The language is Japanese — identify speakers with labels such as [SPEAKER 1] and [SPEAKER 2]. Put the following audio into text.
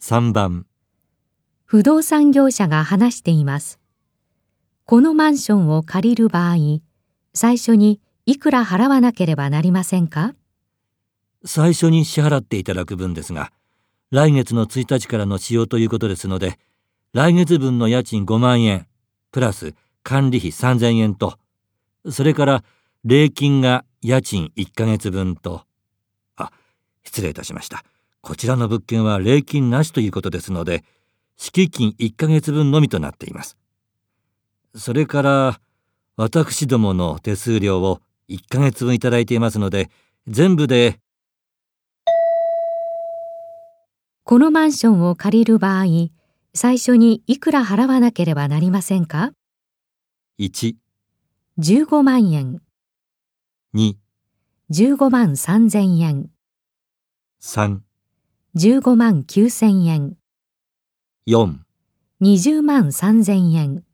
[SPEAKER 1] 3番
[SPEAKER 2] 不動産業者が話しています。このマンションを借りる場合、最初にいくら払わなければなりませんか
[SPEAKER 1] 最初に支払っていただく分ですが来月の1日からの使用ということですので来月分の家賃5万円プラス管理費3000円とそれから礼金が家賃1ヶ月分とあ失礼いたしましたこちらの物件は礼金なしということですので敷金1ヶ月分のみとなっていますそれから私どもの手数料を1ヶ月分いただいていますので全部で
[SPEAKER 2] このマンションを借りる場合、最初にいくら払わなければなりませんか
[SPEAKER 1] 1、
[SPEAKER 2] 15万円、
[SPEAKER 1] 2、
[SPEAKER 2] 15万3000円、
[SPEAKER 1] 3、
[SPEAKER 2] 15万9000円、
[SPEAKER 1] 4、
[SPEAKER 2] 20万3000円、